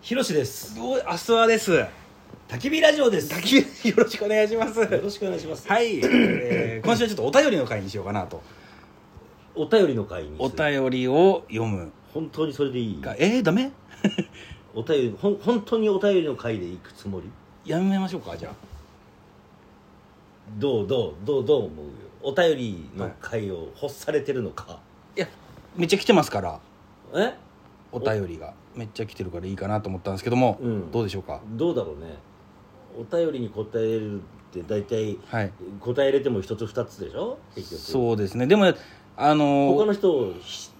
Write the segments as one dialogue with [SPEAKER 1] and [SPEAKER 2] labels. [SPEAKER 1] ひろしです
[SPEAKER 2] どうアスワです。
[SPEAKER 1] 焚き火ラジオです
[SPEAKER 2] 焚き火よろしくお願いします。
[SPEAKER 1] よろしくお願いします
[SPEAKER 2] はい、 えー今週はちょっとお便りの回にしようかなと。
[SPEAKER 1] お便りの会に
[SPEAKER 2] お便りを読む。
[SPEAKER 1] 本当にそれでいい
[SPEAKER 2] がえー、ダメ
[SPEAKER 1] お便りほん本当にお便りの会で行くつもり
[SPEAKER 2] やめましょうか、じゃあ。
[SPEAKER 1] どうどうどうどう思うよお便りの会を欲されてるのか、
[SPEAKER 2] いや、めっちゃ来てますから、
[SPEAKER 1] え
[SPEAKER 2] お便りが。めっちゃ来てるからいいかなと思ったんですけども、
[SPEAKER 1] うん
[SPEAKER 2] どうでしょうか。
[SPEAKER 1] どうだろうねお便りに答えるって大体
[SPEAKER 2] はい。
[SPEAKER 1] 答えれても一つ二つでしょ結局
[SPEAKER 2] そうですね。でも、あ
[SPEAKER 1] 他
[SPEAKER 2] の
[SPEAKER 1] の人をひ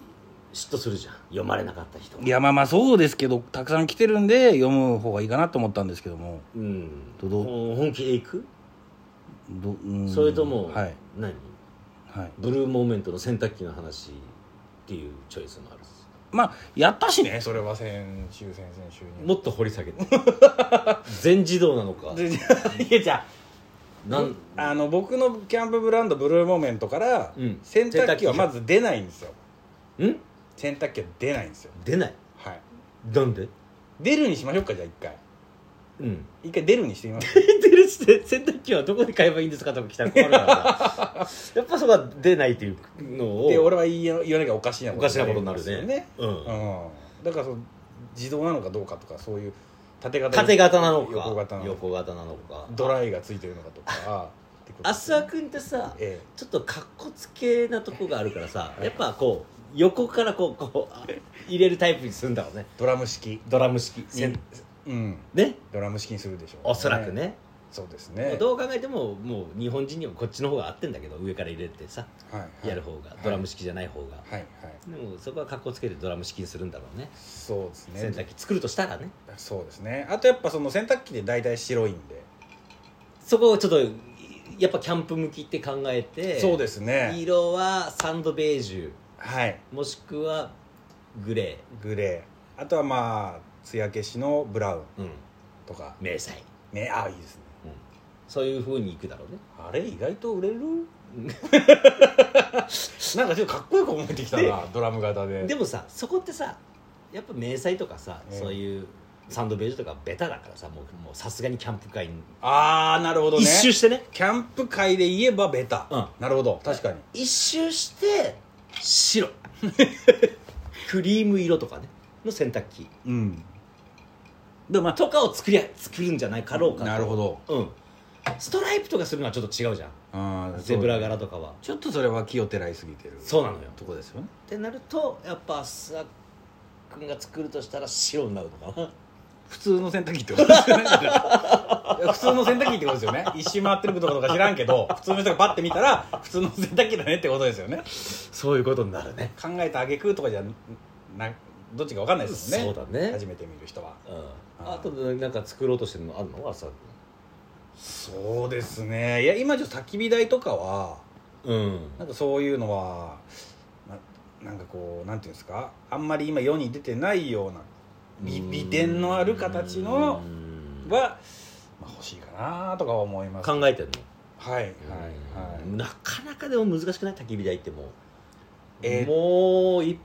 [SPEAKER 1] 嫉妬するじゃん読まれなかった人
[SPEAKER 2] ー、いや、まあまあそうですけど、たくさん来てるんで、読む方がいいかなと思ったんですけども、
[SPEAKER 1] うん
[SPEAKER 2] どど
[SPEAKER 1] ほん本気で行く、
[SPEAKER 2] どうん
[SPEAKER 1] それとも、
[SPEAKER 2] はい。
[SPEAKER 1] 何
[SPEAKER 2] はい。
[SPEAKER 1] ブルーモーメントの洗濯機の話っていうチョイスもあるし
[SPEAKER 2] まあ、やったしね、それは先週、先々週に。
[SPEAKER 1] もっと掘り下げて 全自動なのか
[SPEAKER 2] いやじゃ
[SPEAKER 1] なん
[SPEAKER 2] ああの僕のキャンプブランドブルーモーメントから、
[SPEAKER 1] うん
[SPEAKER 2] 洗濯機はまず出ないんですよ
[SPEAKER 1] ん
[SPEAKER 2] 洗濯機は出ないんですよ
[SPEAKER 1] 出ない
[SPEAKER 2] はい
[SPEAKER 1] なんで
[SPEAKER 2] 出るにしましょうかじゃあ一回
[SPEAKER 1] うん
[SPEAKER 2] 一回出るにしてみます
[SPEAKER 1] 出るして洗濯機はどこで買えばいいんですかとか来たら困るから やっぱそこは出ないっていうの
[SPEAKER 2] で
[SPEAKER 1] を
[SPEAKER 2] 俺は言い言わなきゃおかしいな
[SPEAKER 1] おかしなことになる
[SPEAKER 2] ですよ
[SPEAKER 1] ねうん
[SPEAKER 2] うん、だからその自動なのかどうかとかそういう縦型
[SPEAKER 1] 縦型なのか
[SPEAKER 2] 横型なのか
[SPEAKER 1] 横型なのか
[SPEAKER 2] ドライがついてるのかとかってこと
[SPEAKER 1] ア
[SPEAKER 2] です
[SPEAKER 1] ス
[SPEAKER 2] ね
[SPEAKER 1] ワ君ってさ
[SPEAKER 2] え
[SPEAKER 1] ちょっとかっこつけなとこがあるからさやっぱこう横からこうこうあ入れるタイプにするんだろうね
[SPEAKER 2] え、ドラム式
[SPEAKER 1] ドラム式
[SPEAKER 2] にうん
[SPEAKER 1] ね
[SPEAKER 2] ドラム式にするでしょう、
[SPEAKER 1] おそらくね
[SPEAKER 2] そうですね
[SPEAKER 1] どう考えてももう日本人にはこっちの方が合ってんだけど上から入れてさ
[SPEAKER 2] はいはい
[SPEAKER 1] やる方が、
[SPEAKER 2] はい
[SPEAKER 1] ドラム式じゃない方が、
[SPEAKER 2] はいはい
[SPEAKER 1] でもそこは格好つけてドラム式にするんだろうね
[SPEAKER 2] そうですね
[SPEAKER 1] 洗濯機作るとしたらね
[SPEAKER 2] そうですねあとやっぱその洗濯機で大体白いんで、
[SPEAKER 1] そこをちょっとやっぱキャンプ向きって考えて
[SPEAKER 2] そうですね
[SPEAKER 1] 色はサンドベージュ
[SPEAKER 2] はい
[SPEAKER 1] もしくはグレ
[SPEAKER 2] グレーあとはまあ艶消しのブラウン
[SPEAKER 1] ー、うん、
[SPEAKER 2] とか
[SPEAKER 1] 迷彩、
[SPEAKER 2] ねあいいですね
[SPEAKER 1] うん、そういうふうにいくだろうね
[SPEAKER 2] あれ意外と売れるなんかちょっとかっこよく思えてきたなドラム型で
[SPEAKER 1] でもさそこってさやっぱ迷彩とかさ、
[SPEAKER 2] うん
[SPEAKER 1] そういうサンドベージュとかベタだからさもうもうさすがにキャンプ会に
[SPEAKER 2] ああなるほどね
[SPEAKER 1] 一周してね
[SPEAKER 2] キャンプ界で言えばベタ、
[SPEAKER 1] うん
[SPEAKER 2] なるほど確かに
[SPEAKER 1] 一周して 白クリーム色とかねの洗濯機
[SPEAKER 2] うん
[SPEAKER 1] でまあとかを作りゃ作るんじゃないかろうかと
[SPEAKER 2] なるほど
[SPEAKER 1] うんストライプとかするのはちょっと違うじゃん
[SPEAKER 2] あー
[SPEAKER 1] ゼブラ
[SPEAKER 2] そう
[SPEAKER 1] 柄とかは
[SPEAKER 2] ちょっとそれは気をてらいすぎてる
[SPEAKER 1] そうなのよ
[SPEAKER 2] とこですよね
[SPEAKER 1] ってなるとやっぱ須田君が作るとしたら白になるのかな
[SPEAKER 2] 普通の洗濯機ってことですよね普通の洗濯機ってことですよね一周回ってることかどうか知らんけど普通の人がバッて見たら普通の洗濯機だねってことですよね
[SPEAKER 1] そういうことになるね
[SPEAKER 2] 考えたあげくとかじゃなどっちか分かんないですもんね
[SPEAKER 1] そうだね
[SPEAKER 2] 初めて見る人は
[SPEAKER 1] うん
[SPEAKER 2] あー
[SPEAKER 1] あとでなんか作ろうとしてるのあるの朝
[SPEAKER 2] そうですねいや今ちょっと焚き火台とかは
[SPEAKER 1] うん
[SPEAKER 2] なんかそういうのはななんかこうなんていうんですかあんまり今世に出てないような美美点のある形の
[SPEAKER 1] うん
[SPEAKER 2] は、まあ、欲しいかなとかは思います
[SPEAKER 1] 考えてるの
[SPEAKER 2] はいはいはい
[SPEAKER 1] なかなかでも難しくない焚き火台ってもう、
[SPEAKER 2] えー
[SPEAKER 1] もういっ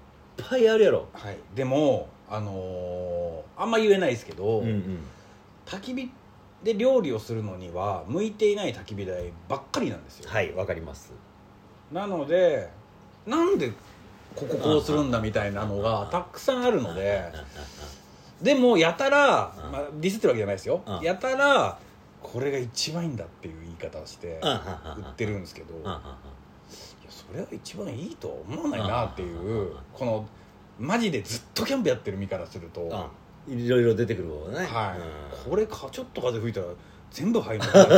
[SPEAKER 1] ぱいあるやろ、
[SPEAKER 2] はい、でも、あのーあんま言えないですけど、焚き火で料理をするのには向いていない焚き火台ばっかりなんですよ、
[SPEAKER 1] はいわかります
[SPEAKER 2] なのでなんでこここうするんだみたいなの
[SPEAKER 1] あ
[SPEAKER 2] が
[SPEAKER 1] ー
[SPEAKER 2] たくさんあるのででもやたら、
[SPEAKER 1] うん
[SPEAKER 2] まあ、ディスってるわけじゃないですよ
[SPEAKER 1] うん
[SPEAKER 2] やたらこれが一番いいんだっていう言い方をして
[SPEAKER 1] うんうん
[SPEAKER 2] 売
[SPEAKER 1] うんうん
[SPEAKER 2] ってるんですけどい
[SPEAKER 1] うんうん
[SPEAKER 2] やそれが一番いいとは思わないなってい
[SPEAKER 1] うん
[SPEAKER 2] うこのマジでずっとキャンプやってる身からすると。
[SPEAKER 1] うんいろいろ出てくるもんね
[SPEAKER 2] はい、
[SPEAKER 1] うん
[SPEAKER 2] これかちょっと風吹いたら全部入るのかな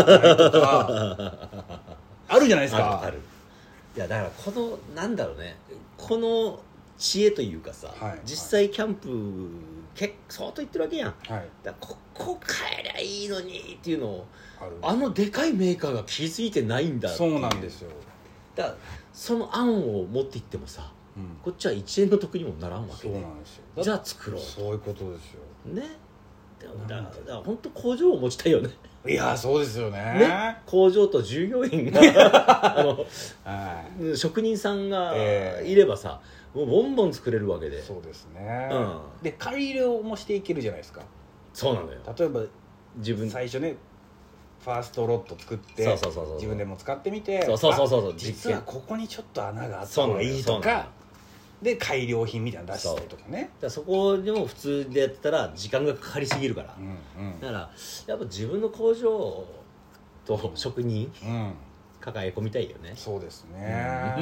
[SPEAKER 2] とか あるじゃないですか
[SPEAKER 1] あるあるいやだからこのなんだろうねこの知恵というかさ、
[SPEAKER 2] はい
[SPEAKER 1] 実際キャンプ結構相当行ってるわけやん
[SPEAKER 2] はい
[SPEAKER 1] だからここ変えりゃいいのにっていうのを
[SPEAKER 2] ある
[SPEAKER 1] あのでかいメーカーが気づいてないんだってい
[SPEAKER 2] そうなんですよ、
[SPEAKER 1] だからその案を持っていってもさ
[SPEAKER 2] うん
[SPEAKER 1] こっちは1円の得にもならんわけ
[SPEAKER 2] そう
[SPEAKER 1] で
[SPEAKER 2] なんですよ
[SPEAKER 1] じゃ
[SPEAKER 2] あ
[SPEAKER 1] あ作ろう
[SPEAKER 2] そういうことですよ
[SPEAKER 1] ねでもだだから本当工場を持ちたいよね
[SPEAKER 2] いやーそうですよね
[SPEAKER 1] ね工場と従業 員があの
[SPEAKER 2] は
[SPEAKER 1] うん職人さんが
[SPEAKER 2] ええ
[SPEAKER 1] いればさ、もうボンボン作れるわけ
[SPEAKER 2] い
[SPEAKER 1] でそう
[SPEAKER 2] そうですね、
[SPEAKER 1] うん
[SPEAKER 2] で改良もしていけるじゃないですか
[SPEAKER 1] なのよ
[SPEAKER 2] 例えば
[SPEAKER 1] 自分
[SPEAKER 2] 最初ねファーストロット作って
[SPEAKER 1] そうそうそうそう
[SPEAKER 2] 自分でも使ってみて
[SPEAKER 1] そうそうそうそう
[SPEAKER 2] あ実はここにちょっと穴があった
[SPEAKER 1] そ
[SPEAKER 2] 方
[SPEAKER 1] うなの
[SPEAKER 2] が
[SPEAKER 1] よ
[SPEAKER 2] いいと
[SPEAKER 1] そうなのよ
[SPEAKER 2] かで改良品みたいなの出したりとかね
[SPEAKER 1] だからそこでも普通でやってたら時間がかかりすぎるから、
[SPEAKER 2] うん
[SPEAKER 1] だからやっぱ自分の工場と職人
[SPEAKER 2] うんうん
[SPEAKER 1] 抱え込みたいよね
[SPEAKER 2] そうですね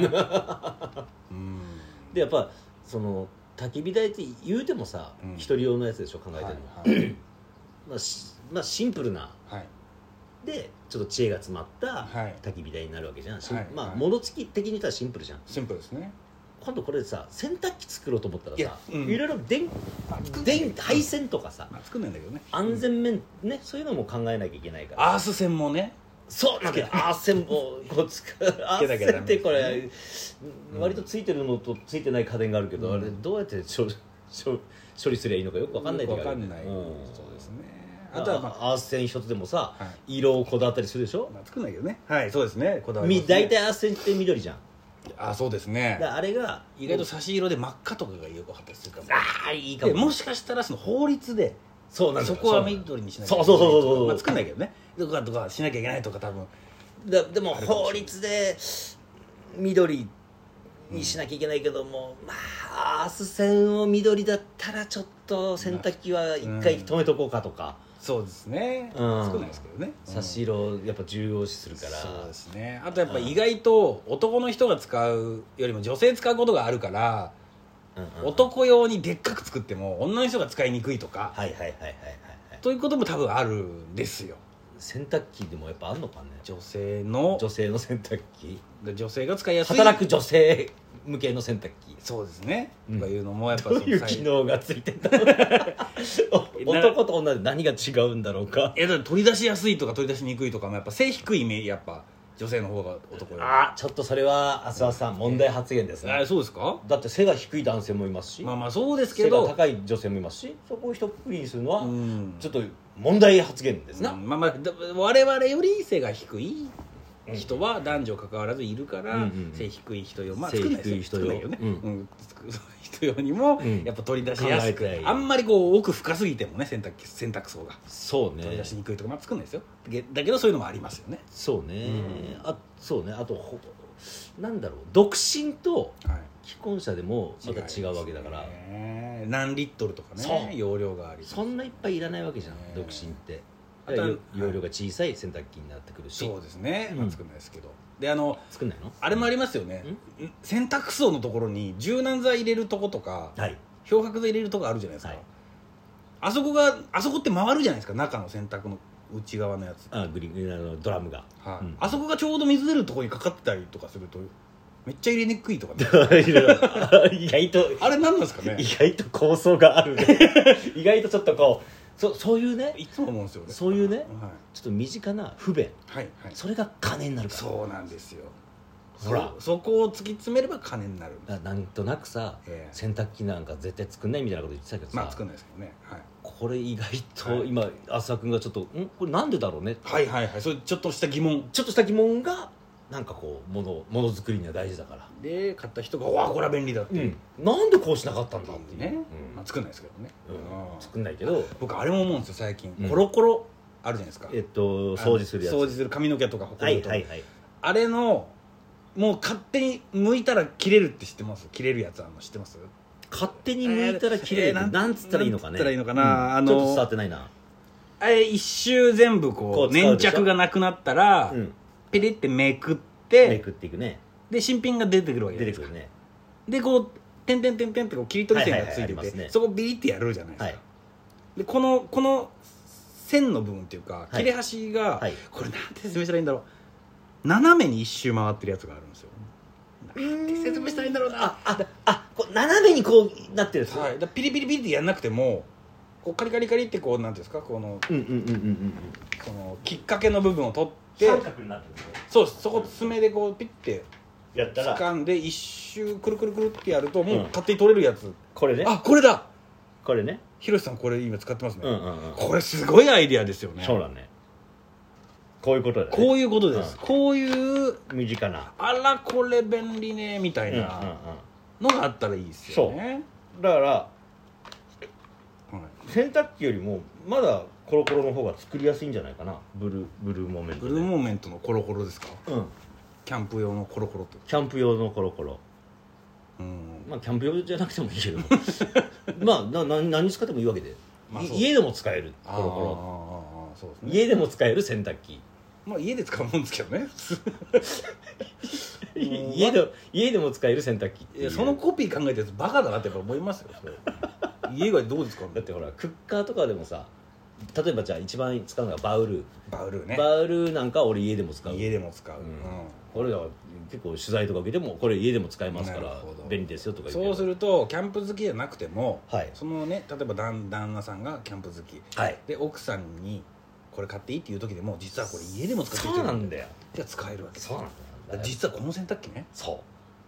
[SPEAKER 2] うん
[SPEAKER 1] でやっぱその焚き火台って言うてもさ
[SPEAKER 2] うん
[SPEAKER 1] 一人用のやつでしょ考えて
[SPEAKER 2] は
[SPEAKER 1] る
[SPEAKER 2] い
[SPEAKER 1] の、
[SPEAKER 2] はい
[SPEAKER 1] まあ、しまあシンプルな
[SPEAKER 2] はい
[SPEAKER 1] でちょっと知恵が詰まった
[SPEAKER 2] はい
[SPEAKER 1] 焚き火台になるわけじゃん、しん
[SPEAKER 2] はい
[SPEAKER 1] ま
[SPEAKER 2] は
[SPEAKER 1] あ
[SPEAKER 2] い
[SPEAKER 1] 物付き的に言ったらシンプルじゃん
[SPEAKER 2] シンプルですね
[SPEAKER 1] 今度これでさ洗濯機作ろうと思ったら
[SPEAKER 2] い
[SPEAKER 1] さ
[SPEAKER 2] やうん
[SPEAKER 1] いろいろ電電配線とかさ
[SPEAKER 2] まあ作んないんだけどね
[SPEAKER 1] 安全面ねそういうのも考えなきゃいけないから
[SPEAKER 2] アース線もね
[SPEAKER 1] そうなんだよアーセンをこう 使うア
[SPEAKER 2] けなき
[SPEAKER 1] ーセ
[SPEAKER 2] ゃダメですね
[SPEAKER 1] ンってこれ
[SPEAKER 2] うん
[SPEAKER 1] 割とついてるのとついてない家電があるけど、
[SPEAKER 2] うん
[SPEAKER 1] あれどうやって処 処処理すりゃいいのかよくわかんない
[SPEAKER 2] よ
[SPEAKER 1] 時
[SPEAKER 2] くわ
[SPEAKER 1] があ
[SPEAKER 2] か
[SPEAKER 1] るよ
[SPEAKER 2] ん
[SPEAKER 1] ね
[SPEAKER 2] ない
[SPEAKER 1] うん
[SPEAKER 2] そうですね
[SPEAKER 1] あ
[SPEAKER 2] あ
[SPEAKER 1] と
[SPEAKER 2] と
[SPEAKER 1] は、
[SPEAKER 2] は
[SPEAKER 1] ま
[SPEAKER 2] ま
[SPEAKER 1] あ、アース線一つでもさ、
[SPEAKER 2] あはい
[SPEAKER 1] 色をこだわったりするでしょ、
[SPEAKER 2] まあ作んないけどねはいそうですねこだわり
[SPEAKER 1] み
[SPEAKER 2] ますね
[SPEAKER 1] 大体アース線って緑じゃん
[SPEAKER 2] あそうですね
[SPEAKER 1] だからあれが
[SPEAKER 2] 意外と差し色で真っ赤とかがよくあったりするかも
[SPEAKER 1] ああいいか
[SPEAKER 2] で
[SPEAKER 1] も
[SPEAKER 2] もしかしたらその法律で
[SPEAKER 1] そうなんだ
[SPEAKER 2] そこは緑にしなきゃ
[SPEAKER 1] そうそうそうそうそうそう
[SPEAKER 2] まあ、作んないけどねとかとかしなきゃいけないとか多分
[SPEAKER 1] だでも法律で緑にしなきゃいけないけども、まあアース線を緑だったらちょっと洗濯機は一回止めとこうかとか、
[SPEAKER 2] そうですね、
[SPEAKER 1] うん
[SPEAKER 2] 作んないですけどね
[SPEAKER 1] 差し色やっぱ重要視する
[SPEAKER 2] だ
[SPEAKER 1] か
[SPEAKER 2] から
[SPEAKER 1] ら、
[SPEAKER 2] そうですねあとやっぱ意外と男の人が使うよりも女性使うことがあるから、
[SPEAKER 1] うんうん
[SPEAKER 2] 男用にでっかく作っても女の人が使いにくいとか、
[SPEAKER 1] はいはいはいはいはいはい
[SPEAKER 2] ということも多分あるんですよ
[SPEAKER 1] 洗濯機でもやっぱあんのかね
[SPEAKER 2] 女性の
[SPEAKER 1] 女性の洗濯機
[SPEAKER 2] 女性が使いやすい
[SPEAKER 1] 働く女性向けの洗濯機
[SPEAKER 2] そうですね、
[SPEAKER 1] うん
[SPEAKER 2] とかいうのもやっぱ
[SPEAKER 1] どういう機能がついてんだろう お男と女で何が違うんだろうか
[SPEAKER 2] いやだから取り出しやすいとか取り出しにくいとかもやっぱ背低いイメージやっぱ女性の方が男より
[SPEAKER 1] あちょっとそれは浅田さん問題発言ですね、
[SPEAKER 2] あそうですか
[SPEAKER 1] だって背が低い男性もいますし、
[SPEAKER 2] まあまあそうですけ
[SPEAKER 1] 背が
[SPEAKER 2] ど
[SPEAKER 1] 高い女性もいますしそこを一括りにするのは、
[SPEAKER 2] うん
[SPEAKER 1] ちょっと問題発言ですな、
[SPEAKER 2] まあまあだ我々より背が低い人は男女関わらずいるか
[SPEAKER 1] うんう
[SPEAKER 2] ら
[SPEAKER 1] んうん
[SPEAKER 2] 背低い人用まあ
[SPEAKER 1] 背
[SPEAKER 2] 少ない
[SPEAKER 1] 低い
[SPEAKER 2] です
[SPEAKER 1] 人
[SPEAKER 2] よ
[SPEAKER 1] 用
[SPEAKER 2] 少ないよね
[SPEAKER 1] うん
[SPEAKER 2] うん少ない人用にも
[SPEAKER 1] うん
[SPEAKER 2] やっぱ取り出しやすく
[SPEAKER 1] 考えて
[SPEAKER 2] あんまりこう奥深すぎてもね洗濯機洗濯槽が
[SPEAKER 1] そう
[SPEAKER 2] 取り
[SPEAKER 1] ね
[SPEAKER 2] 出しにくいとかまあ作んないですよげだけどそういうのもありますよね
[SPEAKER 1] そうね、あそうねあとほなんだろう独身と
[SPEAKER 2] はい
[SPEAKER 1] 既婚者でもまた違うわけだか
[SPEAKER 2] 違
[SPEAKER 1] ら、
[SPEAKER 2] いますね何リットルとか
[SPEAKER 1] そう
[SPEAKER 2] ね容量があり
[SPEAKER 1] そんないっぱいいらないわけじゃん、
[SPEAKER 2] ね
[SPEAKER 1] 独身って
[SPEAKER 2] あとは
[SPEAKER 1] よ容量が小さい洗濯機になってくるし
[SPEAKER 2] そうですね、
[SPEAKER 1] うん
[SPEAKER 2] まあ作んないですけどであの
[SPEAKER 1] 作んないの
[SPEAKER 2] あれもありますよねん洗濯槽のところに柔軟剤入れるとことか
[SPEAKER 1] はい
[SPEAKER 2] 漂白剤入れるとこあるじゃないですか、
[SPEAKER 1] はい
[SPEAKER 2] あそこがあそこって回るじゃないですか中の洗濯の内側のやつ、
[SPEAKER 1] あグリーンあのドラ ムが
[SPEAKER 2] はい
[SPEAKER 1] うん、
[SPEAKER 2] あそこがちょうど水出るところにかかってたりとかするとめっちゃ入れにくいとか、ね
[SPEAKER 1] いろ いろ意外と
[SPEAKER 2] あれ何なんですかね
[SPEAKER 1] 意外と構想があ るね意外とちょっとこうそそういうね
[SPEAKER 2] いつも思うんですよね
[SPEAKER 1] そういうね
[SPEAKER 2] はい
[SPEAKER 1] ちょっと身近な不便
[SPEAKER 2] はいはい
[SPEAKER 1] それが金になるから
[SPEAKER 2] そうなんですよ
[SPEAKER 1] ほら
[SPEAKER 2] そそこを突き詰めれば金になるんで
[SPEAKER 1] だなんとなくさ、
[SPEAKER 2] ええ
[SPEAKER 1] 洗濯機なんか絶対作んないみたいなこと言ってたけどさ、
[SPEAKER 2] まあ作んないですけどね、はい、
[SPEAKER 1] これ意外
[SPEAKER 2] は
[SPEAKER 1] と
[SPEAKER 2] い
[SPEAKER 1] 今浅田君がちょっと「んこれなんでだろうね」
[SPEAKER 2] はいはいはいそれちょっとした疑問
[SPEAKER 1] ちょっとした疑問がなんかこうものものづくりには大事だから、
[SPEAKER 2] で買った人が「わあこれは便利だ」って
[SPEAKER 1] う、
[SPEAKER 2] いうん
[SPEAKER 1] なんでこうしなかったんだっ
[SPEAKER 2] ってて
[SPEAKER 1] いう
[SPEAKER 2] ね、
[SPEAKER 1] うん
[SPEAKER 2] まあ、作んないですけどね、
[SPEAKER 1] う
[SPEAKER 2] うん
[SPEAKER 1] ん、作んないけど
[SPEAKER 2] 僕あれも思うんですよ最近、
[SPEAKER 1] うん
[SPEAKER 2] コロコロあるじゃないですか
[SPEAKER 1] えっと掃除するやつ
[SPEAKER 2] あの掃除する髪の毛とかほこ
[SPEAKER 1] は
[SPEAKER 2] り
[SPEAKER 1] い
[SPEAKER 2] とか、
[SPEAKER 1] はいはい
[SPEAKER 2] あれのもう勝手に剥いたら切れるって知ってます切れるやつあるの知ってます
[SPEAKER 1] 勝手に剥いたら綺麗
[SPEAKER 2] えー
[SPEAKER 1] な
[SPEAKER 2] なんん
[SPEAKER 1] なんつったらいいのか
[SPEAKER 2] なんつっ
[SPEAKER 1] ね
[SPEAKER 2] たらいいのかな
[SPEAKER 1] う
[SPEAKER 2] あ
[SPEAKER 1] ん
[SPEAKER 2] の
[SPEAKER 1] ちょっと伝わってないな
[SPEAKER 2] あれ一周全部こう
[SPEAKER 1] こう使う
[SPEAKER 2] 粘
[SPEAKER 1] でしょ
[SPEAKER 2] 着がなくなったら、
[SPEAKER 1] うん
[SPEAKER 2] ペリってめくっ
[SPEAKER 1] め
[SPEAKER 2] て
[SPEAKER 1] くっていくね
[SPEAKER 2] で新品が出てくるわけじゃ
[SPEAKER 1] 出
[SPEAKER 2] ないですか
[SPEAKER 1] てくるね
[SPEAKER 2] でこう点々点々ってこう切り取り線がつい
[SPEAKER 1] はいはいはい
[SPEAKER 2] て
[SPEAKER 1] あります
[SPEAKER 2] て、
[SPEAKER 1] ね
[SPEAKER 2] そこビリってやるじゃないですか、
[SPEAKER 1] はい
[SPEAKER 2] でこのこの線の部分っていうか
[SPEAKER 1] はい
[SPEAKER 2] 切れ端が、
[SPEAKER 1] はい
[SPEAKER 2] これなんて説明したらいいんだろう斜めに一周回ってるやつがあるんですよ
[SPEAKER 1] なん
[SPEAKER 2] て説明したらいいんだろうな
[SPEAKER 1] あああこう斜めにこうなってるやつ
[SPEAKER 2] はいだからピリピリピリってやんなくてもこうカリカリカリってこうなんていうんですかこの
[SPEAKER 1] うんうんうんうんうん
[SPEAKER 2] このきっかけの部分を取って
[SPEAKER 1] 三角になってる
[SPEAKER 2] そうですそこ爪でこうピッて
[SPEAKER 1] やったら
[SPEAKER 2] 掴んで一周くるくるくるってやるともううん勝手に取れるやつ、
[SPEAKER 1] これね
[SPEAKER 2] あこれだ
[SPEAKER 1] これね
[SPEAKER 2] ひろしさんこれ今使ってますね、
[SPEAKER 1] うんうんうん
[SPEAKER 2] これすごいアイディアですよね
[SPEAKER 1] そうだねこういうことだね
[SPEAKER 2] こういうことです、
[SPEAKER 1] うん
[SPEAKER 2] こういう
[SPEAKER 1] 身近な
[SPEAKER 2] あらこれ便利ねみたい
[SPEAKER 1] うんうん
[SPEAKER 2] なのがあったらいいですよね、
[SPEAKER 1] うんだから
[SPEAKER 2] はい
[SPEAKER 1] 洗濯機よりもまだコロコロの方が作りやすいんじゃないかなブルーブルーモーメント
[SPEAKER 2] ブ
[SPEAKER 1] で
[SPEAKER 2] ルーモーメントのコロコロですか
[SPEAKER 1] うん
[SPEAKER 2] キャンプ用のコロコロってこ
[SPEAKER 1] キャンプ用のコロコロ
[SPEAKER 2] とうん
[SPEAKER 1] まあキャンプ用じゃなくてもいい けどまあなな何に使ってもいいわけで、
[SPEAKER 2] まあ
[SPEAKER 1] い
[SPEAKER 2] そう
[SPEAKER 1] 家でも使えるコ
[SPEAKER 2] あーあー
[SPEAKER 1] ロコロ
[SPEAKER 2] あーそうですね
[SPEAKER 1] 家でも使える洗濯機
[SPEAKER 2] まあ家で使うもんですけどねうん
[SPEAKER 1] 家で家でも使える洗濯機って
[SPEAKER 2] い
[SPEAKER 1] いう
[SPEAKER 2] やそのコピー考えたやつバカだなってやっぱ思いますよ それ家がどうですか
[SPEAKER 1] だってほらクッカーとかでもさ例えばじゃあ一番使うのがバウル
[SPEAKER 2] バウル
[SPEAKER 1] ー、
[SPEAKER 2] ね
[SPEAKER 1] バウルーなんかは俺家でも使う
[SPEAKER 2] 家でも使う、
[SPEAKER 1] うん
[SPEAKER 2] う
[SPEAKER 1] これだから結構取材とか受けてもこれ家でも使えますか
[SPEAKER 2] なる
[SPEAKER 1] ら
[SPEAKER 2] ほど
[SPEAKER 1] 便利ですよとか
[SPEAKER 2] ん
[SPEAKER 1] 言
[SPEAKER 2] そ
[SPEAKER 1] うけど
[SPEAKER 2] うするとキャンプ好きじゃなくても、
[SPEAKER 1] はい
[SPEAKER 2] そのね例えば旦旦那さんがキャンプ好き
[SPEAKER 1] はい
[SPEAKER 2] で奥さんにこれ買っていいっていう時でも実はこれ家でも使って
[SPEAKER 1] そうなんだよ
[SPEAKER 2] じゃあ使えるわけです
[SPEAKER 1] そうなんだよ
[SPEAKER 2] 実はこの洗濯機ね
[SPEAKER 1] そう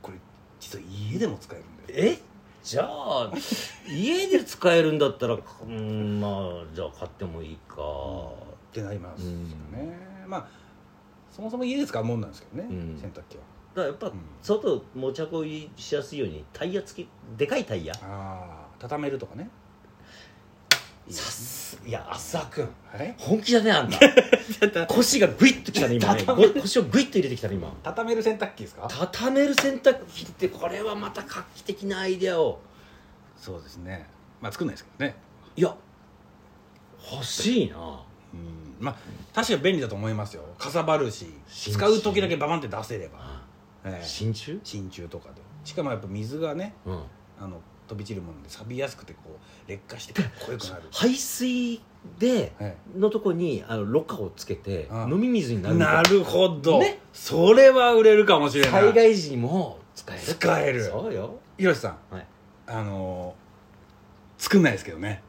[SPEAKER 2] これ実は家でも使えるんだよ
[SPEAKER 1] えじゃあ家で使えるんだったらうーんまあじゃあ買ってもいいか
[SPEAKER 2] ってなりますよね、まあそもそも家で使うもんなんですけどね、
[SPEAKER 1] うん
[SPEAKER 2] 洗濯機は
[SPEAKER 1] だからやっぱ、
[SPEAKER 2] ん
[SPEAKER 1] 外持ち運びしやすいようにタイヤ付きでかいタイヤ
[SPEAKER 2] ああ畳めるとかね
[SPEAKER 1] さすいや浅くん
[SPEAKER 2] はい
[SPEAKER 1] 本気だねあんた 腰がグイッときたね 今ね
[SPEAKER 2] 畳め
[SPEAKER 1] ご腰をグイッと入れてきたね今
[SPEAKER 2] 畳める洗濯機ですか
[SPEAKER 1] 畳める洗濯機ってこれはまた画期的なアイデアを
[SPEAKER 2] そうですねまあ作んないですけどね
[SPEAKER 1] いや欲しいな
[SPEAKER 2] うんまあ確かに便利だと思いますよかさばるし
[SPEAKER 1] 新
[SPEAKER 2] 使
[SPEAKER 1] 品
[SPEAKER 2] う時だけババンって出せれば、ええ
[SPEAKER 1] 真鍮
[SPEAKER 2] 真鍮とかでしかもやっぱ水がね
[SPEAKER 1] うん
[SPEAKER 2] あの飛び散るもので錆びやすくてこう劣化してかっこよくなる
[SPEAKER 1] 排水で
[SPEAKER 2] はい
[SPEAKER 1] のとこにあのろ過をつけて
[SPEAKER 2] ああ
[SPEAKER 1] 飲み水になる
[SPEAKER 2] なるほど、
[SPEAKER 1] ね
[SPEAKER 2] それは売れるかもしれない
[SPEAKER 1] 災害時にも使える
[SPEAKER 2] 使える
[SPEAKER 1] そうよ
[SPEAKER 2] ひろしさん
[SPEAKER 1] はい
[SPEAKER 2] あのー作んないですけどね